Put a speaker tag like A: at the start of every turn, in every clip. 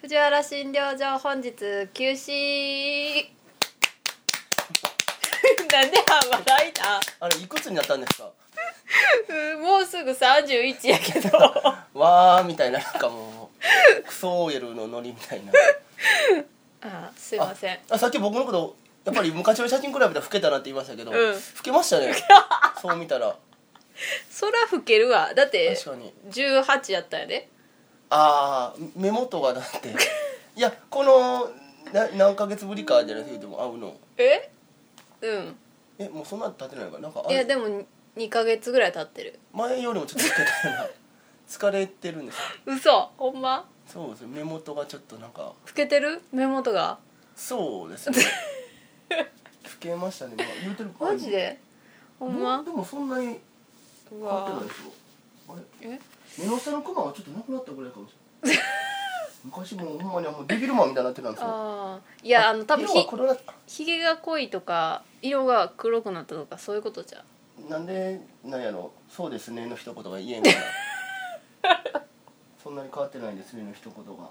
A: 藤原診療所本日休止 なんで笑いな
B: あれいくつになったんですか
A: うんもうすぐ31やけど
B: わーみたいななんかもうクソ OL のノリみたいな
A: あすいません
B: あさっき僕のことやっぱり昔の写真比べたら老けたなって言いましたけど、
A: うん
B: 老けましたねそう見たら
A: そら老けるわだって
B: 確かに
A: 18やったやで
B: ああ目元がだっていやこのな何ヶ月ぶりかじゃないですけど会うの
A: えうん
B: えもうそんな経ってないのからなんかあ
A: いや
B: れ
A: でも2ヶ月ぐらい経ってる
B: 前よりもちょっと老けたような疲れてるんですよ
A: 嘘ほんま
B: そうですね目元がちょっとなんか
A: 老けてる目元が
B: そうで すね老けましたね、まあ、言うてる
A: マジでほん
B: も
A: ま
B: でもそんなに
A: う
B: 変わっ
A: わ
B: てないですよあれ
A: え
B: 目の下のクマがちょっとなくなったぐらいかも しれない昔もうほんまにあのデビルマンみたいになってたんですよ
A: ああいやあの多分
B: 色が
A: ひ
B: 黒だった
A: ひげが濃いとか色が黒くなったとかそういうことじゃん
B: なんでなんやろそうですねの一言が言えんから そんなに変わってないですねの一言が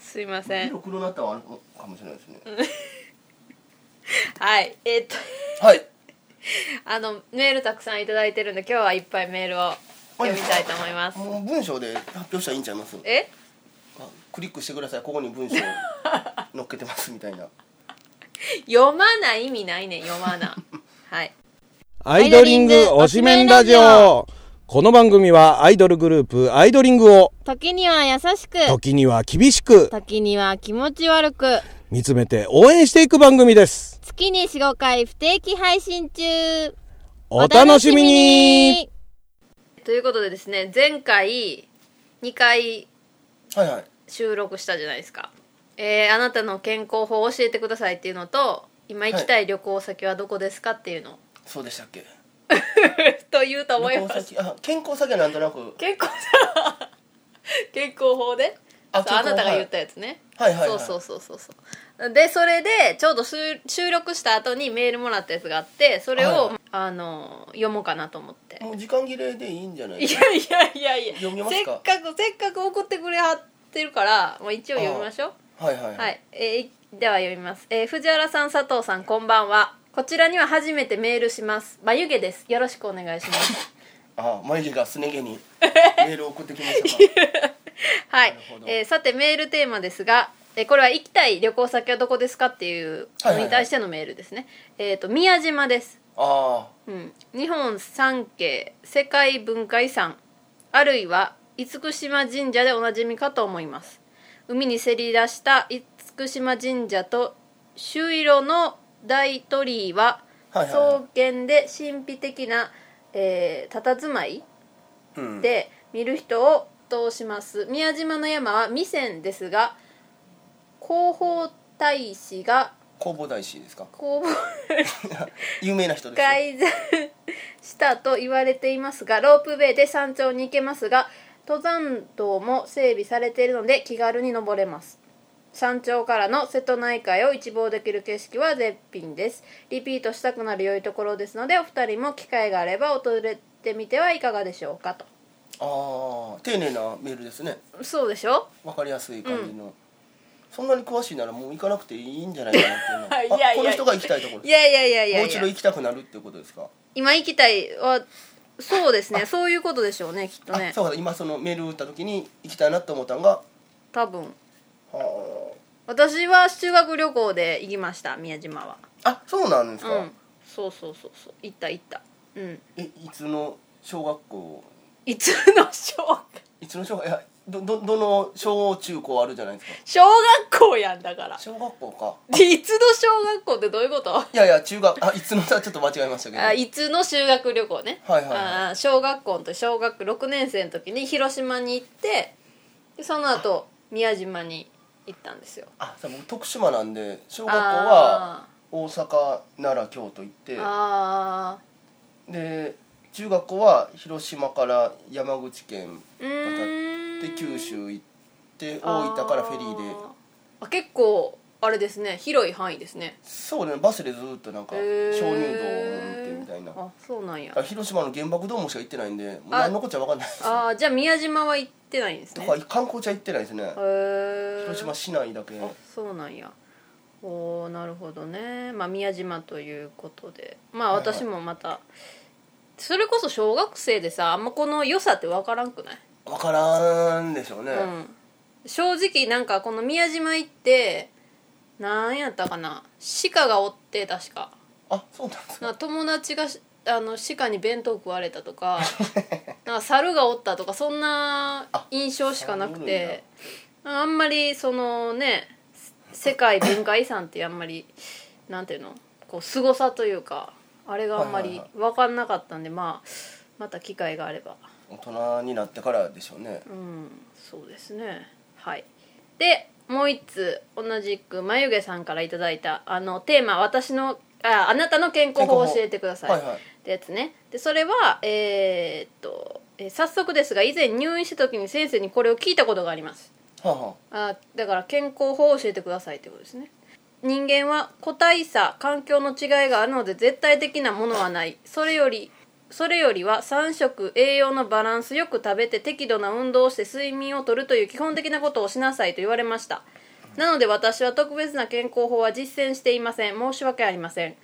A: すいません
B: 色黒なったはあるかもしれないですね、
A: はいえっと
B: はい
A: あのメールたくさんいただいてるんで今日はいっぱいメールを読みたいと思います
B: もう文章で発表したらいいんちゃいます
A: え
B: あクリックしてくださいここに文章載っけてますみたいな
A: 読まない意味ないねん読まなはい
C: アイドリング推しメンラジオこの番組はアイドルグループアイドリングを
D: 時には優しく
C: 時には厳しく
D: 時には気持ち悪く
C: 見つめて応援していく番組です。
D: 月に45回不定期配信中
C: お楽しみに
A: ということでですね前回2回
B: はいはい
A: 収録したじゃないですか、えーあなたの健康法を教えてくださいっていうのと今行きたい旅行先はどこですかっていうの、
B: そうでしたっけ
A: と言うと思い
B: 旅行
A: ます
B: 先あ健康先はなんとなく
A: 健康さ健康法で
B: あ
A: そうあ
B: 健康法
A: なたが言ったやつね、
B: はいはいはい
A: そうそうそうそうそうでそれでちょうど収収録した後にメールもらったやつがあってそれを、
B: はい
A: あの読もうかなと思って
B: もう時間切れでいいんじゃない
A: い
B: ですか
A: やいやいやいや
B: 読みますか
A: せっかくせっかく送ってくれはってるから、まあ、一応読みましょう
B: はいはい
A: はい、えーでは読みます、えー藤原さん佐藤さんこんばんはこちらには初めてメールします眉毛ですよろしくお願いします
B: あ眉毛がすね毛 にメールを送ってきましたか
A: はい
B: なるほ、ど
A: えーさてメールテーマですがえーこれは行きたい旅行先はどこですかっていう
B: は
A: の
B: いはいはい
A: に対してのメールですね、えっ、と宮島です、
B: あ
A: うん、日本三景世界文化遺産あるいは厳島神社でおなじみかと思います海にせり出した厳島神社と朱色の大鳥居は
B: はいはいはい
A: 草原で神秘的な、えー、佇まい
B: あうん
A: で見る人を通します宮島の山は未線ですが広報大使が
B: 弘法大師ですか
A: 広報
B: 有名な人ですよ
A: 改善したと言われていますがロープウェイで山頂に行けますが登山道も整備されているので気軽に登れます山頂からの瀬戸内海を一望できる景色は絶品ですリピートしたくなる良いところですのでお二人も機会があれば訪れてみてはいかがでしょうかと
B: ああ丁寧なメールですね
A: そうでしょ
B: わかりやすい感じの、そんなに詳しいならもう行かなくていいんじゃないかなっていうの
A: いやいや
B: あこの人が行きたいところ
A: いやいやいやいやいや
B: もう一度行きたくなるっていうことですか、
A: 今行きたいはそうですねそういうことでしょうねきっとね
B: あそうか今そのメール打った時に行きたいなと思ったんが
A: 多分
B: は
A: 私は修学旅行で行きました宮島は
B: ああそうなんですか、
A: うんそうそうそうそう行った行ったうん
B: えいつの小学校
A: いつの小学
B: いつの小学いやどどどの小中高あるじゃないですか
A: 小学校やんだから
B: 小学校か
A: いつの小学校ってどういうこと
B: いやいや中学あいつのさちょっと間違えましたけど
A: あいつの修学旅行ね、
B: はいはいはい
A: あー小学校と小学6年生の時に広島に行ってでその後宮島に行ったんですよ
B: あそう僕徳島なんで小学校は
A: あ
B: 大阪奈良京都行って
A: ーあ
B: で中学校は広島から山口県
A: ーうーん
B: で九州行って大分からフェリーで
A: あ結構あれですね広い範囲ですね
B: そうねバスでずっとなんか
A: へー
B: 鍾乳洞を見てみたいな
A: あそうなんや
B: あ広島の原爆ドームしか行ってないんでもう
A: あ
B: 何のこっちゃ分かんないです
A: あーじゃあ宮島は行ってないんです
B: と
A: ね
B: か観光地は行ってないですね
A: へえ
B: 広島市内だけ
A: あそうなんやおーなるほどねまあ宮島ということでまあ
B: はいはい
A: 私もまた、それこそ小学生でさあんまこの良さって分からんくない、
B: 分からんでしょうね、
A: うん正直なんかこの宮島行ってなんやったかな鹿がおって確か
B: あそうなんですか
A: なんか友達がしあの鹿に弁当食われたと かなんか猿がおったとかそんな印象しかなくてあんまりそのねせ世界文化遺産ってあんまりなんていうのこう凄さというかあれがあんま
B: はい
A: り
B: はい
A: 分かんなかったんで、まあまた機会があれば
B: 大人になってからでしょうね
A: うんそうですねはいでもう一通同じく眉毛さんからいただいたあのテーマ「私のああなたの健康法を教えてください」
B: はいはい
A: ってやつねでそれはえーっと、えー早速ですが以前入院した時に先生にこれを聞いたことがあります
B: はあ、は
A: あだから健康法を教えてくださいってことですね人間は個体差環境の違いがあるので絶対的なものはないそれよりそれよりは3食栄養のバランスよく食べて適度な運動をして睡眠をとるという基本的なことをしなさいと言われましたなので私は特別な健康法は実践していません申し訳ありません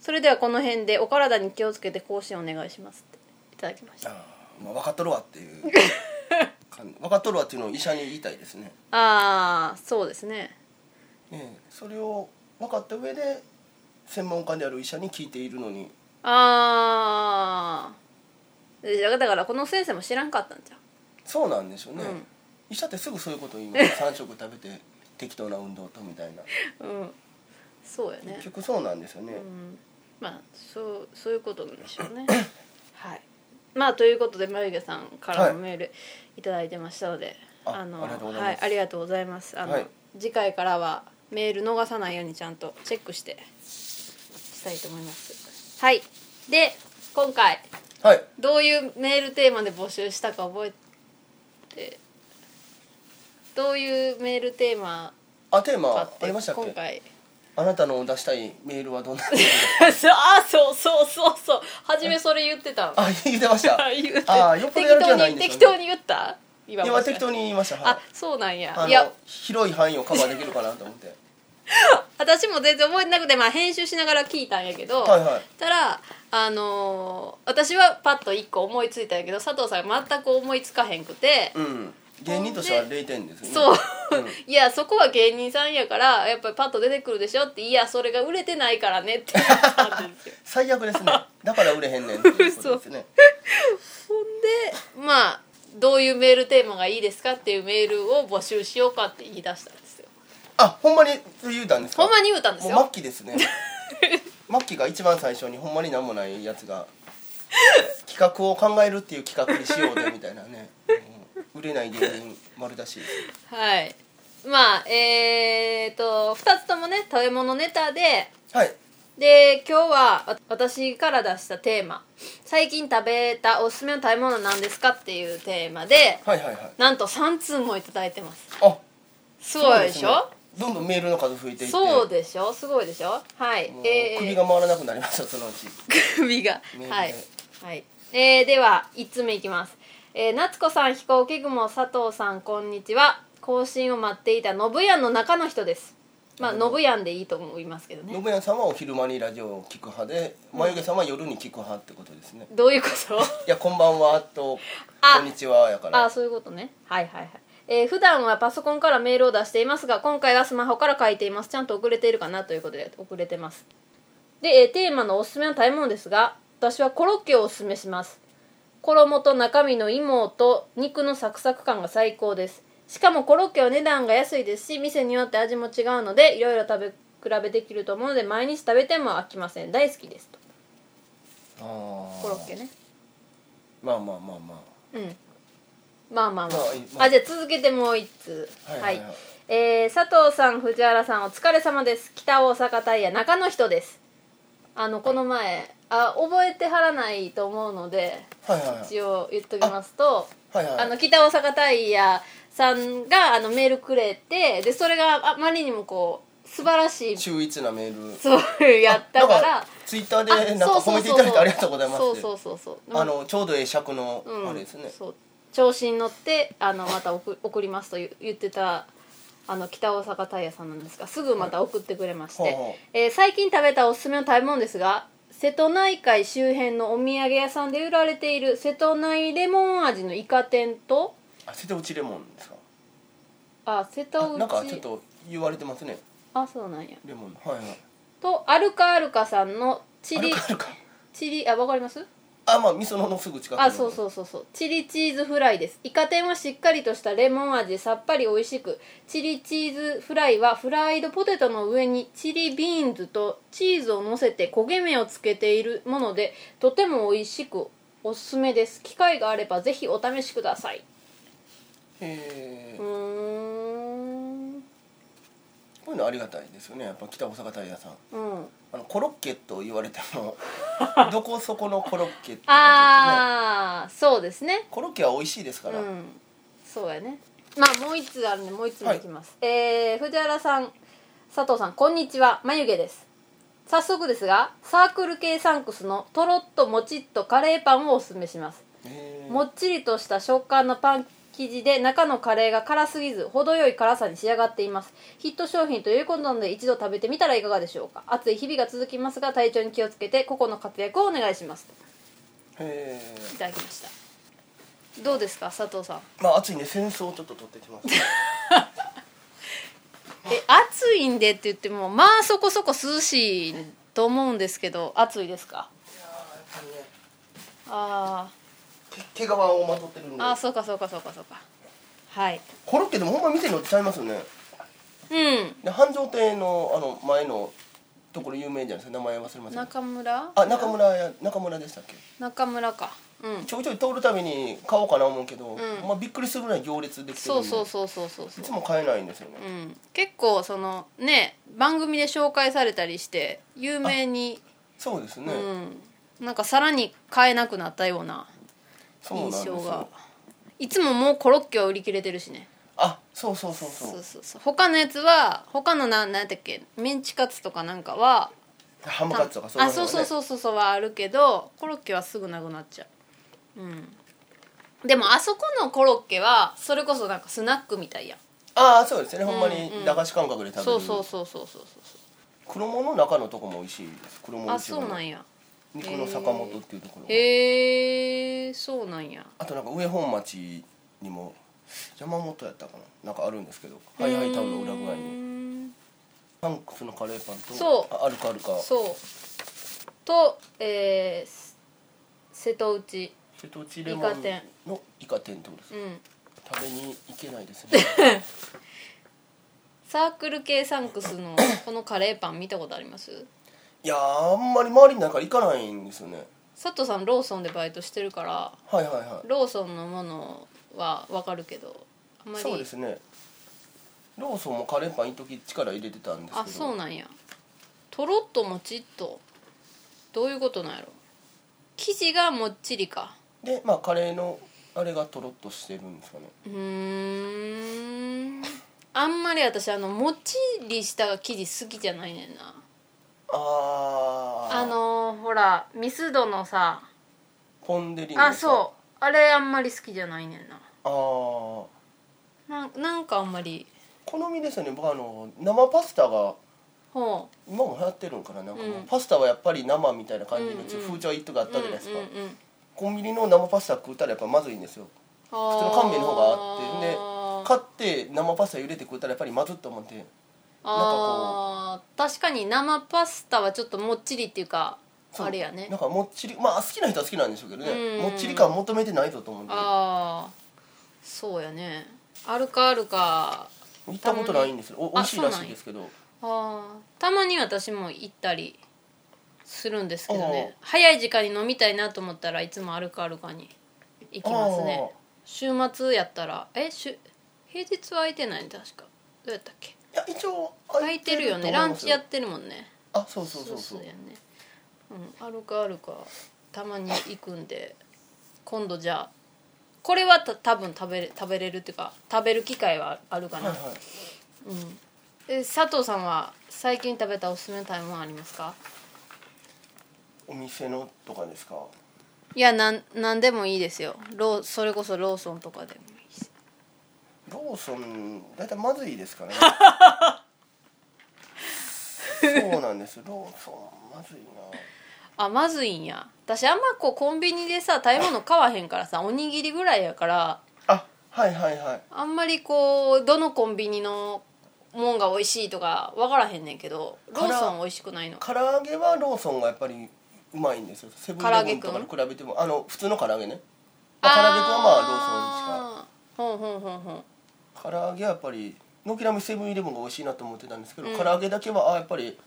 A: それではこの辺でお体に気をつけて更新お願いしますっていただきました
B: あまあ、分かっとるわっていう 感分かっとるわっていうのを医者に言いたいですね、
A: ああそうですね
B: ええ、それを分かった上で専門家である医者に聞いているのに
A: ああだからこの先生も知らんかったんじゃん
B: そうなんでしょうね、
A: うん
B: 医者ってすぐそういうこと言 います3食食べて適当な運動とみたいな
A: うんそうやね
B: 結局そうなんですよね、
A: うんまあそうそういうことなんでしょ うねはいまあということで眉毛さんからのメールいただいてましたので、
B: あ
A: の
B: ありがとうござい
A: は
B: ま
A: い
B: す
A: ありがとうございますあの、
B: はい
A: 次回からはメール逃さないようにちゃんとチェックしてしたいと思いますはいで今回
B: はい
A: どういうメールテーマで募集したか覚えてどういうメールテーマ
B: あテーマ
A: か
B: あ
A: って
B: りましたっ
A: 今
B: け
A: 回
B: あなたの出したいメールはどんな
A: あそうそうそうそう初めそれ言ってたの
B: あ言ってまし た
A: 言うて
B: あーよっぽどやる気はないんでしょう
A: 適
B: ね
A: 当に適当に言った今
B: 今適当に言いましたはい
A: あそうなんや
B: あ
A: いや
B: の広い範囲をカバーできるかなと思って
A: 私も全然覚えてなくて、まあ、編集しながら聞いたんやけど、
B: はいはい
A: たらあのー私はパッと1個思いついたんやけど佐藤さんが全く思いつかへんくて、
B: うん芸人としては0点ですよね
A: そう、
B: ん
A: いやそこは芸人さんやからやっぱりパッと出てくるでしょっていやそれが売れてないからねって言ったん ですよ
B: 最悪ですねだから売れへんねんっていうことですね
A: ほんでまあどういうメールテーマがいいですかっていうメールを募集しようかって言い出したんですよ
B: あほんまに言うたんですか
A: ほんまに言うたんです
B: もう
A: よ
B: 末期です ね末期が一番最初にほんまになんもないやつが企画を考えるっていう企画にしようねみたいな ね、うん売れない芸人丸出しです
A: はいまあえー、と2つともね食べ物ネタで
B: はい
A: で今日はわ私から出したテーマ「最近食べたおすすめの食べ物なんですか?」っていうテーマで
B: はいはいはい
A: なんと3通もいただいてます
B: あ
A: すごいでしょ
B: すねどんどんメールの数増えていって
A: そうでしょすごいでしょはい
B: もう
A: えー
B: 首が回らなくなりましたそのうち
A: 首が
B: ね
A: はい、はいえーでは1つ目いきます、えー、夏子さん飛行機雲佐藤さんこんにちは更新を待っていたノブヤンの中の人ですまあノブヤンでいいと思いますけどね
B: 信也さんはお昼間にラジオを聞く派で眉毛さんは夜に聞く派ってことですね
A: どういうこと
B: いやこんばんはと
A: あ
B: こんにちはやから
A: ああそういうことねはいはいはいえー普段はパソコンからメールを出していますが今回はスマホから書いていますちゃんと遅れているかなということで遅れてますで、えーテーマのおすすめの食べ物ですが私はコロッケをおすすめします衣と中身の芋と肉のサクサク感が最高ですしかもコロッケは値段が安いですし店によって味も違うのでいろいろ食べ比べできると思うので毎日食べても飽きません大好きですと
B: あー
A: コロッケね
B: まあまあまあま
A: うんまあまあまあ
B: まあいい、まあ
A: あ、じゃあ続けてもう一通
B: はいはいはい
A: えー佐藤さん藤原さんお疲れ様です北大阪タイヤ中の人ですあのこの前あ覚えてはらないと思うので
B: あはいはいはい
A: 一応言っときますと
B: はいはい
A: あの北大阪タイヤさんがあのメールくれてでそれがあまりにもこう素晴らしい
B: 秀逸なメール
A: そうやったか
B: なん
A: ら
B: ツイッター
A: あ
B: でなんか
A: そうそうそ
B: 褒
A: うそう
B: めていただいてありがとうございます
A: そうそうそうそう
B: あのちょうどええ尺の
A: うん
B: あれですね、
A: そう調子に乗ってあのまた送送りますと言う言ってたあの北大阪タイヤさんなんですがすぐまた送ってくれまして、
B: はいほうほう
A: えー最近食べたおすすめの食べ物ですが瀬戸内海周辺のお土産屋さんで売られている瀬戸内レモン味のイカ天と
B: あ瀬戸内レモンですか
A: あ瀬
B: あ
A: 戸内
B: なんかちょっと言われてますね
A: あそうなんや
B: レモンのはいはい
A: とアルカアルカさんのチ
B: ある
A: リ
B: かあるか
A: チリあわかります
B: あまあ味噌ののすぐ近く
A: あそう
B: う
A: そうそうそうチリチーズフライですイカ天はしっかりとしたレモン味でさっぱり美味しくチリチーズフライはフライドポテトの上にチリビーンズとチーズをのせて焦げ目をつけているものでとても美味しくおすすめです機会があればぜひお試しください
B: へえ
A: うーん
B: こういうのありがたいですよねやっぱ北大阪タイヤさん
A: うん
B: あのコロッケと言われて もどこそこのコロッケって感じですね
A: ああそうですね
B: コロッケは美味しいですから、
A: うんそうやねまあもう一つあるんでもう一つもいきます、えー、藤原さん佐藤さんこんにちは眉毛です早速ですがサークル系サンクスのとろっともちっとカレーパンをおすすめします
B: へー
A: もっちりとした食感のパン生地で中のカレーが辛すぎず程よい辛さに仕上がっていますヒット商品ということなので一度食べてみたらいかがでしょうか暑い日々が続きますが体調に気をつけて個々の活躍をお願いします
B: へ
A: いただきましたどうですか佐藤さん
B: ーまあ暑いんで戦争をちょっと取ってきます
A: え暑いんでって言ってもまあそこそこ涼しいと思うんですけど暑いですかあ
B: 毛皮をまとってるん
A: ー
B: で
A: あーそうかそうかそうかそうかはい
B: コロッケでもほんま店に乗ってちゃいますよね
A: う
B: で繁盛亭のあの前のところ有名じゃないですか名前忘れません
A: ん中村
B: あ中村や中村でしたっけ
A: 中村かうん
B: ちょいちょい通るたびに買おうかな思うけど、
A: ん
B: まあびっくりするぐらい行列できてるん
A: そ
B: で
A: うそうそうそうそう
B: い
A: そ
B: つ
A: う
B: も買えないんですよね、
A: うん、結構そのね番組で紹介されたりして有名に、
B: そうですね、
A: うん、なんかさらに買えなくなったような
B: そうなんで
A: 印
B: す
A: 象が
B: よ
A: いつももうコロッケは売り切れてるしね
B: あそうそうそうそう
A: そうそうそう他のやつは他のな何やったっけメンチカツとかなんかは
B: ハムカツとか
A: あそうそう
B: う
A: そうそうそうはあるけどコロッケはすぐなくなっちゃううんでもあそこのコロッケはそれこそなんかスナックみたいやん
B: ああそうですねほんまに
A: うんうん
B: 駄菓子感覚で食べる、
A: そうそうそうそうそうそう
B: 黒物の中のとこも美味しいです黒物
A: あそうなん
B: や
A: や
B: 肉の坂本っていうところが
A: へえそうなんや
B: あとなんか上本町にも山本やったかななんかあるんですけどハイハイタウンの裏具合
A: う
B: に
A: ん
B: パンクスのカレーパンと
A: そう
B: ああるかあるか
A: そうとえー、瀬戸内
B: 瀬戸内レモンのイカ天ってことです
A: うん
B: 食べに行けな いですね
A: サークル系サンクスのこのカレーパン見たことあります
B: いやーあんまり周りになんか行かないんですよね
A: 佐藤さんローソンでバイトしてるから
B: はいはいはい
A: ローソンのものはわかるけどあんまり
B: そうですねローソンもカレーパン一時力入れてたんですけど
A: あそうなんやとろっともちっとどういうことなんやろ生地がもっちりか
B: でまあカレーのあれがとろっとしてるんですかね
A: うーんあんまり私あのもっちりした生地好きじゃないねんな
B: あー
A: あのーほらミスドのさ
B: ポンデリン
A: あそうあれあんまり好きじゃないねんな
B: うああ
A: なんなんかあんまり
B: 好みですよね僕あの生パスタが
A: ほう
B: 今も流行ってるんかななんかもう、
A: うん
B: パスタはやっぱり生みたいな感じの、
A: うんうん
B: 風潮一時あったじゃないですか、
A: うんうんうん
B: コンビニの生パスタ食うたらやっぱまずいんですよ
A: 普
B: 普通の乾麺の方があってで
A: か
B: 買って生パスタ茹でて食うたらやっぱりまずっと思って
A: あー確かに生パスタはちょっともっちりっていうか
B: そう
A: あれやね
B: なんかもっちりまあ好きな人は好きなんでしょうけどね、
A: うん
B: もっちり感求めてないぞと思うんで行
A: ああそうやねあるかあるか
B: ったことないんですよお美
A: あ
B: 味しいらしいですけど
A: あーたまに私も行ったりするんですけどね
B: あ
A: 早い時間に飲みたいなと思ったらいつもあるかあるかに行きますね週末やったらえしゅ平日は空いてないね確かどうやったっけ
B: いや一応
A: 空いてるよねランチやっ
B: っ
A: てるもんね
B: あそうそうそうそう
A: やねうんあるかあるかたまに行くんで今度じゃあこれはた多分食べれ食べれるっていうか食べる機会はあるか
B: は
A: な、
B: いはい
A: うんえ佐藤さんは最近食べたおすすめの食べ物ありますか
B: お店のとかですか
A: いやなんなんでもいいですよローそれこそローソンとかでもいいし
B: ローソン大体まずいですからねそうなんですローソンまずいな
A: あまずいんや私あんまこうコンビニでさ食べ物買わへんからさおにぎりぐらいやから
B: あはいはいはい
A: あんまりこうどのコンビニのもんが美味しいとか分からへんねんけどローソン美味しくないの
B: 唐揚げはローソンがやっぱりうまいんですよセブンイレブンとかに比べてもあの普通の唐揚げね、まあ、唐揚げくんはまあローソ
A: あーほ
B: ンし
A: んほんほんほん
B: か唐揚げはやっぱり軒並みセブンイレブンが美味しいなと思ってたんですけど、唐揚げだけはあやっぱり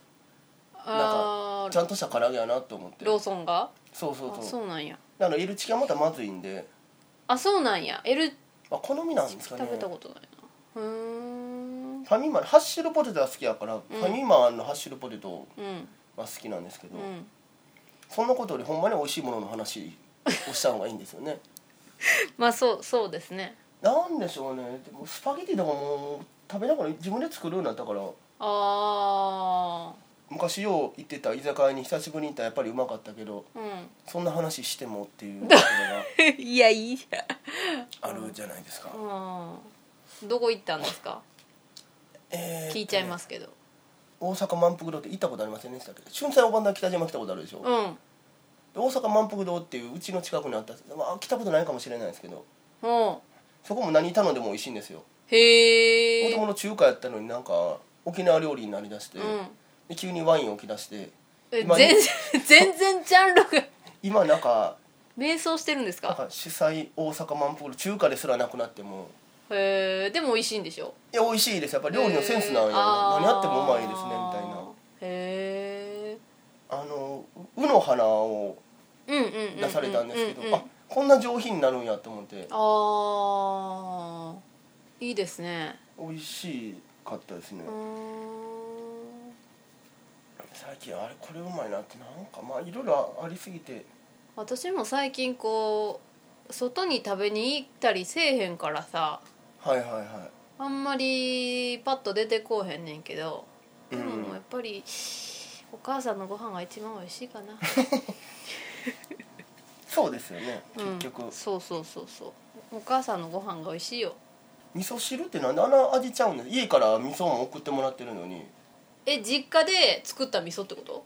A: あ
B: ちゃんとした唐揚げやなと思って
A: ーローソンが
B: そうそう
A: あ
B: そう
A: そうなんや
B: だからエルチキはまたまずいんで、
A: あそうなんや L
B: まあ、好みなんですかね
A: 食べたことないなうーん
B: ファミマハッシュドポテトは好きやから、ファミマのハッシュドポテト
A: うん
B: は好きなんですけど、
A: うん
B: そんなことよりほんまに美味しいものの話をした方がいいんですよね
A: まあそうそうですね
B: なんでしょうねでもスパゲティとかもう食べながら自分で作るようになったから
A: あ
B: 昔よう行ってた居酒屋に久しぶりに行ったらやっぱりうまかったけど
A: あうん
B: そんな話してもっていうことが
A: いやいいじ
B: あるじゃないですか、
A: ゃん、うん、どこ行ったんですか
B: えー
A: 聞いちゃいますけど
B: 大阪満腹堂って行ったことありませんでしたっけ春菜おばんだ北島来たことあるでしょ、
A: うん
B: 大阪満腹堂っていううちの近くにあった、まあ、来たことないかもしれないですけど
A: うん
B: そこも何頼んでも美味しいんですよ
A: へ
B: も
A: え
B: ともと中華やったのになんか沖縄料理になりだして、
A: うん
B: で急にワインを置き出して
A: え全
B: 今ね
A: 然全然ジャンルが
B: 今なんか
A: 迷走してるんです
B: なん
A: か
B: か主催大阪満腹中華ですらなくなっても
A: へえでも美味しいんでしょ
B: いや美味しいですやっぱ料理のセンスなんや、ね、
A: へーあー
B: 何やってもうまいですねみたいな
A: へえ
B: あのうの花を
A: うんうんうんうん
B: 出されたんですけど、
A: うんうん
B: あこんな上品になるんやと思って
A: あーいいですね
B: 美味しかったですね、
A: うーん
B: 最近あれこれうまいなってなんかまあいろいろありすぎて
A: 私も最近こう外に食べに行ったりせえへんからさ
B: はいはいは
A: あんまりパッと出てこうへんねんけど
B: い、
A: でもやっぱりお母さんのご飯が一番美味しいか な
B: そうですよね
A: うん
B: 結局、
A: そうそうそうそうお母さんのご飯が美味しいよ
B: 味噌汁ってなんであの味ちゃうんです家から味噌も送ってもらってるのに
A: え実家で作った味噌ってこと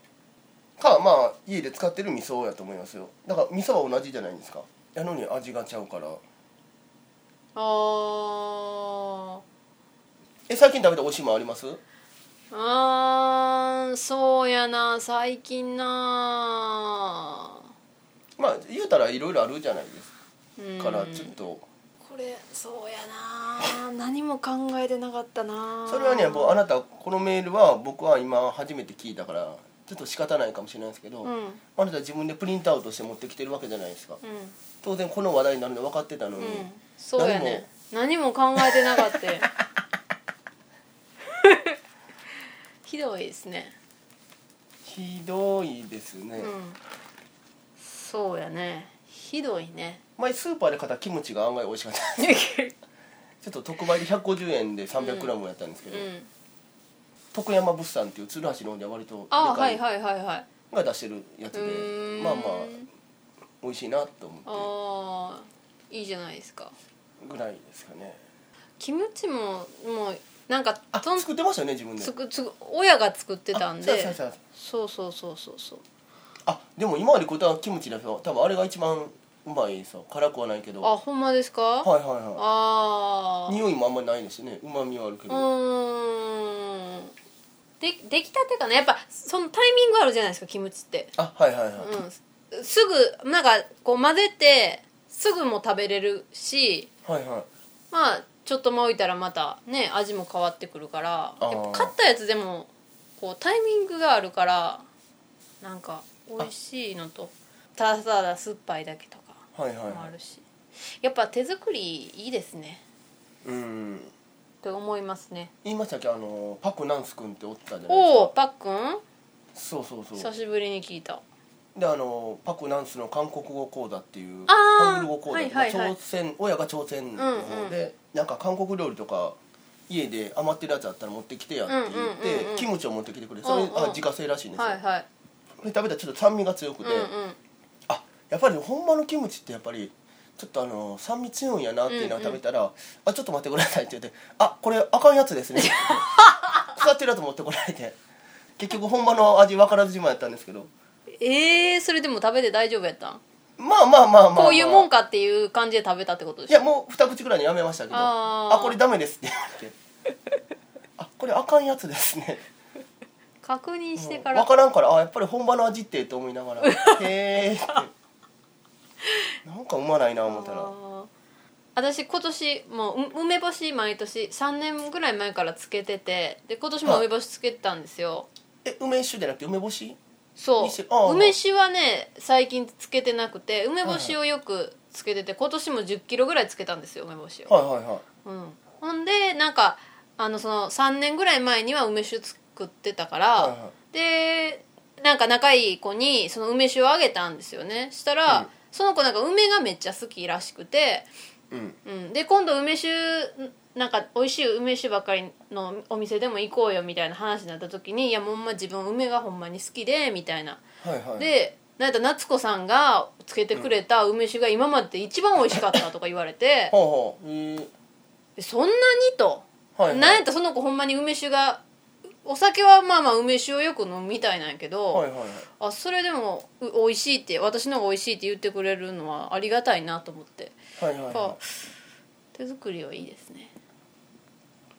B: かまあ家で使ってる味噌やと思いますよだから味噌は同じじゃないですかやのに味がちゃうから
A: あー
B: え最近食べた美味しいもんあります
A: あーそうやな最近な
B: まあ言うたらいろいろあるじゃないです
A: うん
B: かからちょっと
A: これそうやな何も考えてなかったな
B: それはねもうあなたこのメールは僕は今初めて聞いたからちょっと仕方ないかもしれないですけど、
A: うんうん
B: あなた自分でプリントアウトして持ってきてるわけじゃないですか当然この話題になるの分かってたの
A: う
B: に、
A: んそうやね何も考えてな かったひどいですね
B: ひどいですね、
A: うんそうやねひどい ね
B: 前スーパーで買ったキムチが案外美味しかった ちょっと特売で150円で 300g やったんですけ
A: う
B: ど、
A: ん
B: 徳山物産っていう鶴橋の方では割とで
A: あ
B: か
A: はい
B: い
A: はいはいはい
B: が出してるやつで
A: うーん
B: まあまあ美味しいなと思っ
A: あーいいじゃないですか
B: てぐらいですかね
A: キムチももうなんか
B: あ
A: とん
B: 作ってましたよね自分で
A: つくつく親が作ってたん
B: あそうそ
A: で
B: うそう
A: そうそうそうそうそう
B: あでも今までこうたキムチだけど多分あれが一番うまいさ辛くはないけど
A: あ
B: はい
A: ほんまですか
B: はい
A: あ
B: は
A: ー
B: い匂いもあんまりないですねうまみはあるけ
A: う
B: ど、
A: ーんでできたてかなやっぱそのタイミングあるじゃないですかキムチって
B: あはいはいはい、
A: うんすぐなんかこう混ぜてすぐも食べれるし
B: はいはい
A: まあちょっとも置いたらまたね味も変わってくるから
B: あー
A: やっぱ買ったやつでもこうタイミングがあるからなんか美味しいのとただただ酸っぱいだけとか
B: はいはい
A: も
B: は
A: あ
B: い
A: るし、やっぱ手作りいいですね
B: うん
A: と思いますね
B: 言いましたっけあのパク・ナンス君っておったじゃないですか
A: おおパックン
B: そうそうそ
A: 久
B: う
A: しぶりに聞いた
B: であのパク・ナンスの韓国語講座っていう
A: あー
B: 韓国語講座、
A: はいはいはい
B: 朝鮮親が朝鮮の方で、なんか韓国料理とか家で余ってるやつあったら持ってきてやって言って、
A: うんうんうんうん
B: キムチを持ってきてくれそれ、
A: うんうん
B: あ自家製らしいんですよ、
A: はいはい
B: で食べたらちょっと酸味が強く
A: う
B: て、
A: んうん
B: あやっぱりほんまのキムチってやっぱりちょっとあの酸味強いんやなっていうのを食べたら「あちょっと待ってください」って言って「あこれあかんやつですね」って言って 腐ってるやつ持ってこられて結局ほんまの味分からずじまいやったんですけど
A: えー、それでも食べて大丈夫やったん
B: まあまあまあまあ、まあ、
A: こういうもんかっていう感じで食べたってことで
B: い
A: しょ
B: やもう二口ぐらいにやめましたけど「
A: あ
B: あ
A: ー
B: これダメです」って言って 「あこれあかんやつですね」
A: 確認して
B: 分
A: から
B: からんからあやっぱり本場の味ってと思いながら「へえ」ってなんかうまないな思ったら
A: あー私今年もうう梅干し毎年3年ぐらい前からつけててで今年も梅干しつけてたんですよ
B: え梅酒じゃなくて梅干し
A: そ
B: 一緒あー
A: う梅酒はね最近つけてなくて梅干しをよくつけてて今年も1 0キロぐらいつけたんですよ梅干しを、
B: はいはいはい
A: うん、ほんでなんかあのその3年ぐらい前には梅酒作ってたから、
B: はいは
A: でなんか仲いい子にその梅酒をあげたんですよねしたら、
B: うん
A: その子なんか梅がめっちゃ好きらしくて、
B: うん
A: うん、で今度梅酒なんか美味しい梅酒ばっかりのお店でも行こうよみたいな話になった時に「いやもうほんま自分梅がほんまに好きで」みたいな。
B: はいはい
A: でなんやったら夏子さんがつけてくれた梅酒が今までで一番美味しかったとか言われ て
B: ほうほうへ
A: 「
B: え
A: そんなに?」と。
B: はいはい
A: なんやったらその子ほんまに梅酒がお酒はまあまあ梅酒をよく飲むみたいなんやけど、
B: はいはいはい
A: あそれでもう美味しいって私のが美味しいって言ってくれるのはありがたいなと思って、
B: はいはい
A: やっ
B: は
A: ぱ手作りはいいですね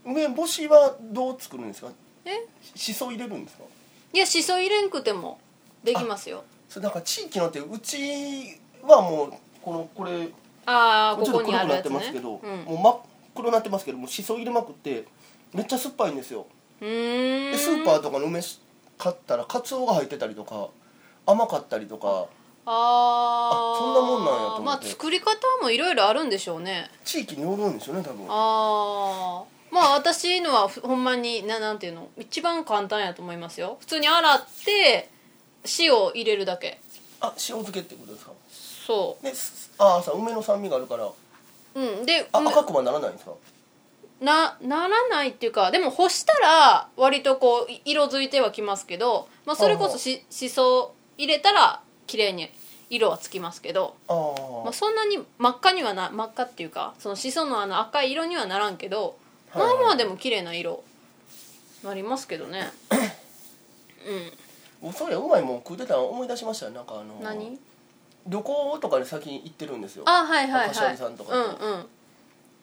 B: い梅干しはどう作るんですか
A: え
B: しそ入れるんですか
A: いやしそ入れんくてもできますよ
B: それなんか地域のってうちはもうこのこれ
A: ああ
B: ち
A: こ
B: ょっ
A: こ
B: と黒く
A: にある
B: な
A: や
B: って
A: つ
B: ます
A: ね
B: けど
A: うん
B: もう真っ黒になってますけどもうしそ入れまくってめっちゃ酸っぱいんですよ
A: うー
B: で
A: ん
B: スーパーとかの梅買ったらカツオが入ってたりとか甘かったりとか
A: あ
B: あ
A: あ
B: そんなもんなんやと思って
A: まあ作り方もいろいろあるんでしょうね
B: 地域によるんでしょうね多分
A: ああまあ私のはふほんまにななんていうの一番簡単やと思いますよ普通に洗って塩を入れるだけ
B: あ塩漬けってことですか
A: そ
B: ですああさ梅の酸味があるから
A: ううんで
B: あ
A: うん
B: 赤くはならないんですか
A: なならないっていうかでも干したら割とこうい色づいてはきますけど、まあ、それこそししそ入れたら綺麗に色はつきますけど、
B: あ
A: まあ、
B: あ
A: そんなに真っ赤にはな真っ赤っていうかそのしそのあの赤い色にはならんけど、
B: はいはい
A: まあまあでも綺麗な色なりますけどねうん
B: おそうやうまいもん食うてたの思い出しましたよなんかあの
A: 何
B: 旅行とかで先に行ってるんですよ
A: あはいはいは
B: 柏
A: い
B: 木さんとか
A: う
B: と
A: んうん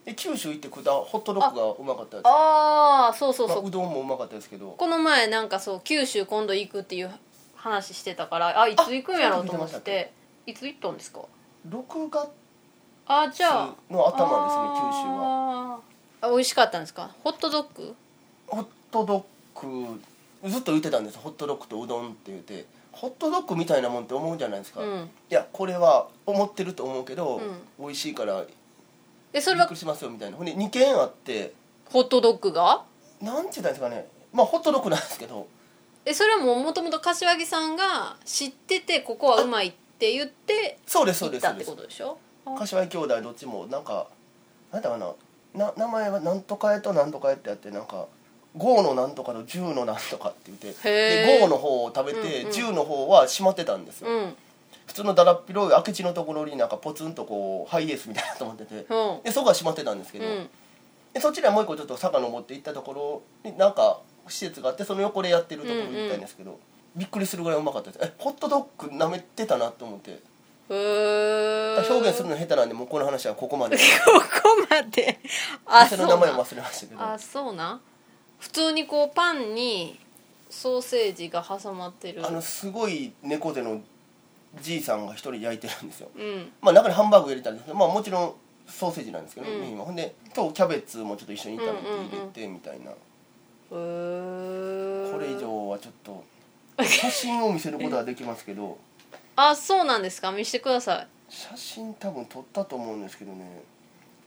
B: で九州行って食ったホットドッグがうまかったです
A: ああそうそう
B: まあ
A: そう
B: うどんもうまかったですけど
A: この前なんかそう九州今度行くっていう話してたからあいつ行くんやろうと思っ
B: あそういうこと言ってましたって
A: いつ行ったんですか
B: 6月
A: あじゃあ
B: の頭ですね九州は
A: はあ美味しかったんですかホットドッグ
B: ホットドッグずっと言ってたんですホットドッグとうどんって言ってホットドッグみたいなもんって思うじゃないですか、
A: う
B: い
A: ん
B: やこれは思ってると思うけど、
A: うん
B: 美味しいから
A: でそれ
B: びっ
A: は
B: くりしますよみたいなほんで2軒あって
A: ホットドッグが
B: なんて言ったんですかねまあホットドッグなんですけど
A: えそれはもうもともと柏木さんが知っててここはうまいって言って
B: そうです
A: 行
B: そう
A: っ
B: です
A: た
B: そ
A: っ
B: う
A: て
B: です
A: ことでしょ
B: 柏木兄弟どっちもなんかなんだかなな名前はなんとかえとなんとかえってあってなんか5のなんとかと10のなんとかって言って
A: へー
B: で5の方を食べて、
A: うんうん
B: 10の方は閉まってたんですよ、
A: うんうん
B: 普通のだらっ広い空き地のところになんかポツンとこうハイエースみたいなと思っててでそこは閉まってたんですけ
A: う
B: ど、
A: ん
B: でそっちらもう一個ちょっと坂登って行ったところになんか施設があってその横でやってるところに行ったんですけど、びっくりするぐらいうまかったですえホットドッグ舐めてたなと思って
A: へー
B: 表現するの下手なんでもうこの話はここまで
A: ここまで あ
B: 店の名前を忘れましたけど
A: あそうなん普通にこうパンにソーセージが挟まってる
B: あのすごい猫背のじいさんが一人焼いてるんですよ
A: うん
B: まあ中にハンバーグ入れたんですけどまあもちろんソーセージなんですけど、
A: うん
B: メインはほんでとキャベツもちょっと一緒に炒めて入れてみたいな、
A: へー
B: これ以上はちょっと写真を見せることはできますけど
A: あそうなんですか見せてくださ
B: 写真多分撮ったと思うんですけどね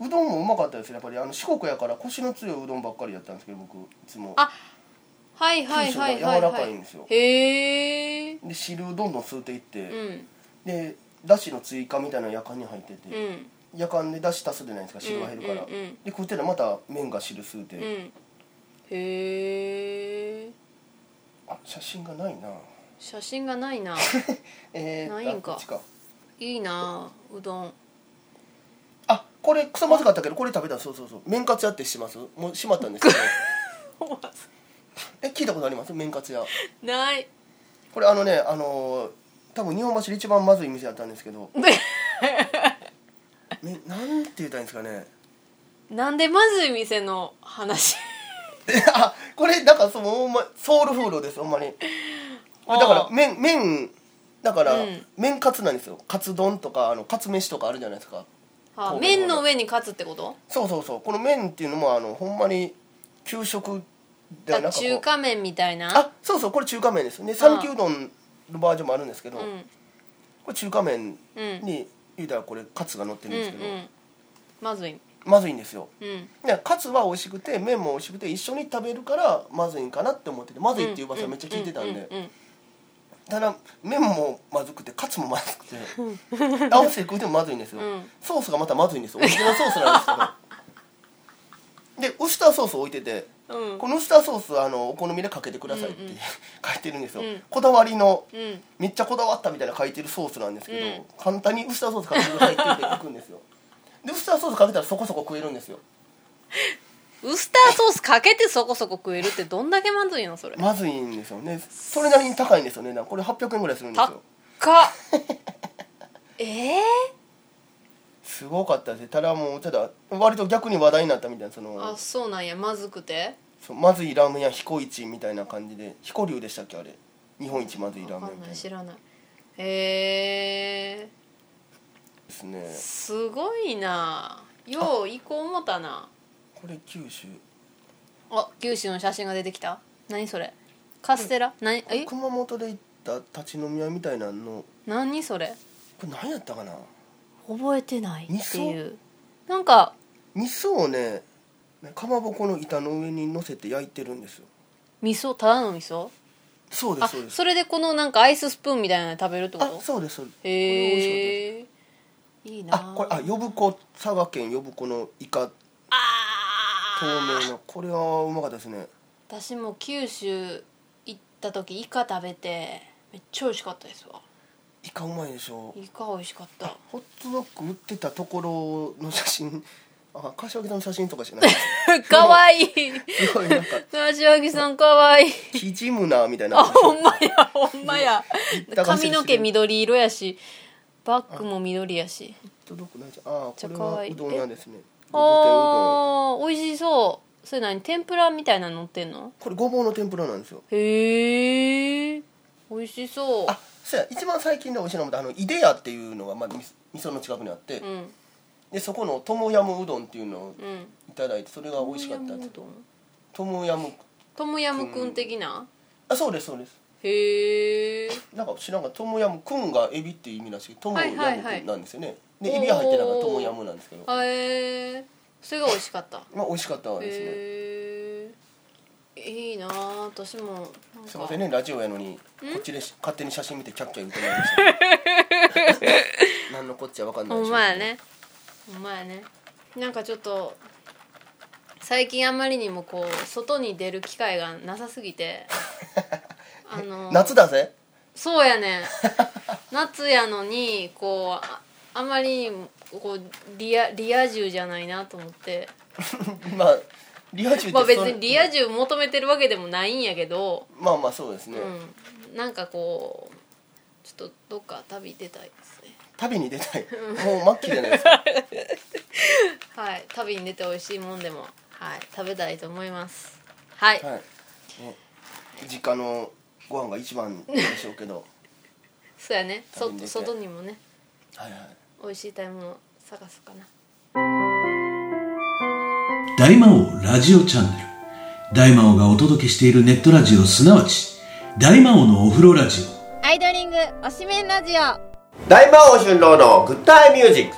B: うどんもうまかったですよやっぱりあの四国やから腰の強いうどんばっかりやったんですけど僕いつも
A: あいはいはいはいはい
B: 九州が柔ら
A: は
B: かいんですよ
A: へえ
B: で汁をどんどん吸っていって、
A: うん
B: でだしの追加みたいなのやかんに入ってて、
A: うん
B: 夜間で出汁足すじゃないですか汁が減るから、
A: うんうんうん
B: で食ってたらまた麺が汁吸うて、
A: うんへえ
B: あ写真がないな
A: 写真がない な
B: えー、
A: ないんか
B: あこっちか
A: いいなうどん
B: あこれ草まずかったけどこれ食べたそうそうそう麺活屋ってしますもう閉まったんです けどえ聞いたことあります麺活屋
A: ない
B: これあのねあのー多分日本橋で一番まずい店だったんですけどめなんて言ったらいいんですかね
A: なんでまずい店の話
B: えあこれだからそのほんまソウルフードですほんまに
A: あー
B: だから麺麺だから、
A: うん
B: 麺カツなんですよカツ丼とかあのカツ飯とかあるじゃないですか
A: あ
B: 神戸の方で
A: 麺の上に勝つってこと
B: そうそうそうこの麺っていうのもあのほんまに給食ではな
A: あ
B: く
A: 中華麺みたいな
B: あそうそうこれ中華麺ですね讃岐うどんのバージョンもあるんですけど、
A: うん
B: これ中華麺
A: うん
B: に言うたらこれカツが乗っ
A: う
B: て
A: ん
B: るん
A: う
B: ですけど、
A: んまずい
B: まずいんですよ
A: うん
B: でカツは美味しくて麺も美味しくて一緒に食べるからまずいんかなって思っててまずいっていう噂めっちゃ聞いてたんで、
A: ううん
B: ただ麺もまずくてカツもまずくて合わせて食うてもまずいんですよ、
A: うん
B: ソースがまたまずいんですよオリジナルソースなんですけどでウスターソース置いてて
A: うん
B: このウスターソースあのお好みでかけてくださいって書いてるんですよ、
A: うん
B: こだわりの
A: うん
B: めっちゃこだわったみたいな書いてるソースなんですけど、
A: うん
B: 簡単にウスターソースかけてくださいって言って行くんですよでウスターソースかけたらそこそこ食えるんですよ
A: ウスターソースかけてそこそこ食えるってどんだけまずいのそれ
B: まずいんですよねそれなりに高いんですよねなんかこれ800円ぐらいするんです
A: 高っ
B: よ
A: ええ
B: すごかったですただもうただ割と逆に話題になったみたいなそ
A: あ
B: の
A: そうなんやまずくて
B: そうまずいラーメン屋彦一みたいな感じで彦流でしたっけあれ日本一まずいラ
A: わ
B: ーメ
A: かん
B: ンみ
A: ない
B: た
A: い
B: な
A: 知らないへえ
B: ですね
A: すごいなよう行こう思ったな
B: これ九州
A: あ九州の写真が出てきた何それカステラ何え
B: 熊本で行った立ち飲み屋みたいなの
A: 何それ
B: これ何やったかな
A: 覚えてないって
B: 味
A: いうなんか
B: 味噌をねかまぼこの板の上に乗せて焼いてるんですよ
A: 味噌ただの味噌
B: そうで
A: あ
B: すそうです
A: それでこのなんかアイススプーンみたいなの食べるってこ
B: あ
A: と
B: そうですそうですこれ美味しかったです
A: へえいいな
B: あこれあ呼子佐賀県呼子のイカ透明のこれはうまかったですね
A: 私も九州行った時イカ食べてめっちゃ美味しかったですわ
B: イカうまいでしょ
A: イカ美味しか った
B: ホットドッグ売ってたところの写真あ柏木さんの写真と かじゃない
A: かわいい
B: すごいなんか
A: 柏木さんかわいい
B: キジムナーみたい
A: あ
B: な
A: ほんまやほんまや
B: だから
A: 髪の毛緑色やしバッグも緑やし
B: ホットドッグないじゃんあ
A: ちゃ
B: ー
A: 可
B: こ
A: 愛
B: れ
A: い
B: はうどん屋ですねごぼ
A: あー美味しそうそれ何天ぷらみたいなの乗ってんの
B: 天うどんこれごぼうの天ぷらなんですよ
A: へえ美味しそう
B: あそうや一番最近で美味しいのもあのイデヤっていうのが、まあ、み味噌の近くにあって、
A: うん
B: でそこのトムヤムうどんっていうのを
A: うん
B: いただいてそれが美味しかったですトムヤム
A: トムヤムくん的な
B: あそうですそうです
A: へえ
B: なんか知らんがトムヤムくんがエビっていう意味らしいトムヤム
A: はいはいは
B: く
A: い
B: んなんですよね、でエビが入ってなかったトムヤムなんですけど
A: へえそれが美味しかった
B: まあ美味しかったですね、
A: へえいいなあ私もなんか
B: すいませんねラジオやのにこっちでし勝手に写真見てキャッキャ言ってないまし た何のこっちゃわかんない
A: ほ
B: で
A: ん
B: しょ
A: まやねほんまやねなんかちょっと最近あんまりにもこう外に出る機会がなさすぎ てあの
B: 夏だぜ
A: そうやねん夏やのにこうああんまりにもこうリアリア充じゃないなと思って
B: まあリア充って
A: まあ別
B: それ
A: にリア充求めてるわけでもないんやけど、
B: まあまあそうですね、
A: うん、なんかこうちょっとどっか旅出たいですね
B: 旅に出たいもう末期じゃな いですか
A: はい旅に出て美味しいもんでもはい食べたいと思いますはい、
B: はい、ね、実家のご飯が一番でしょうけ ど
A: そうやね
B: 旅
A: 外
B: に出て
A: 外にもね
B: はいはい
A: 美味しい食べ物探すかな
E: 大魔王ラジオチャンネル大魔王がお届けしているネットラジオすなわち大魔王のお風呂ラジオ
D: アイドリング推しメンラジオ
B: 大魔王春郎のグッタイミュージック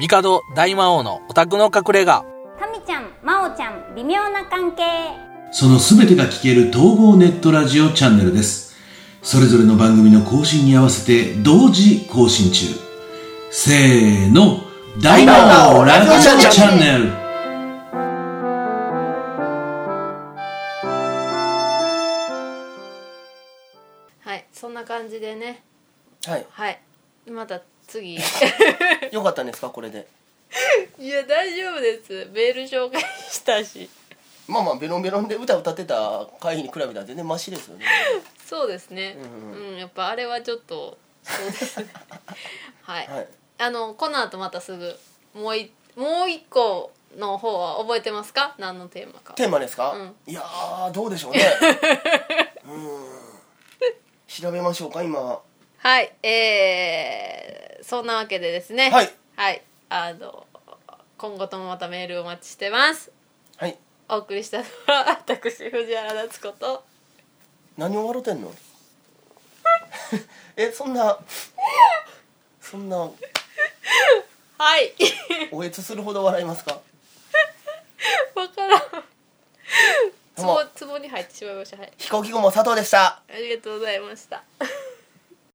F: 帝大魔王のオタクの隠れ家
G: タミちゃん、マオちゃん、微妙な関係。
E: その全てが聞ける統合ネットラジオチャンネルですそれぞれの番組の更新に合わせて同時更新中せーの大魔王ラジオチャンネル
A: はいそんな感じでね
B: はい
A: はいまた 次い
B: よかったんですかこれで
A: や大丈夫ですメール紹介したし
B: まあまあベロンベロンで歌歌ってた回に比べたら全然マシですよね
A: そうですね
B: うん
A: うん、やっぱあれはちょっとそうです ねはい、
B: はい
A: あのこの後またすぐもういもう一個の方は覚えてますか何のテーマか
B: テーマですか、いやーどうでしょうねうーん調べましょうか今は
A: はいえー、そんなわけでですね
B: はい、
A: はい、あの今後ともまたメールお待ちしてます
B: い
A: お送りしたのは 私藤原夏子と
B: 何を笑ってんの えそんなそんな
A: はい
B: おえつするほど笑いますか
A: わからんつ
B: どうも
A: ぼつぼに入ってしまいましたはい
B: 飛行機雲佐藤でした
A: ありがとうございました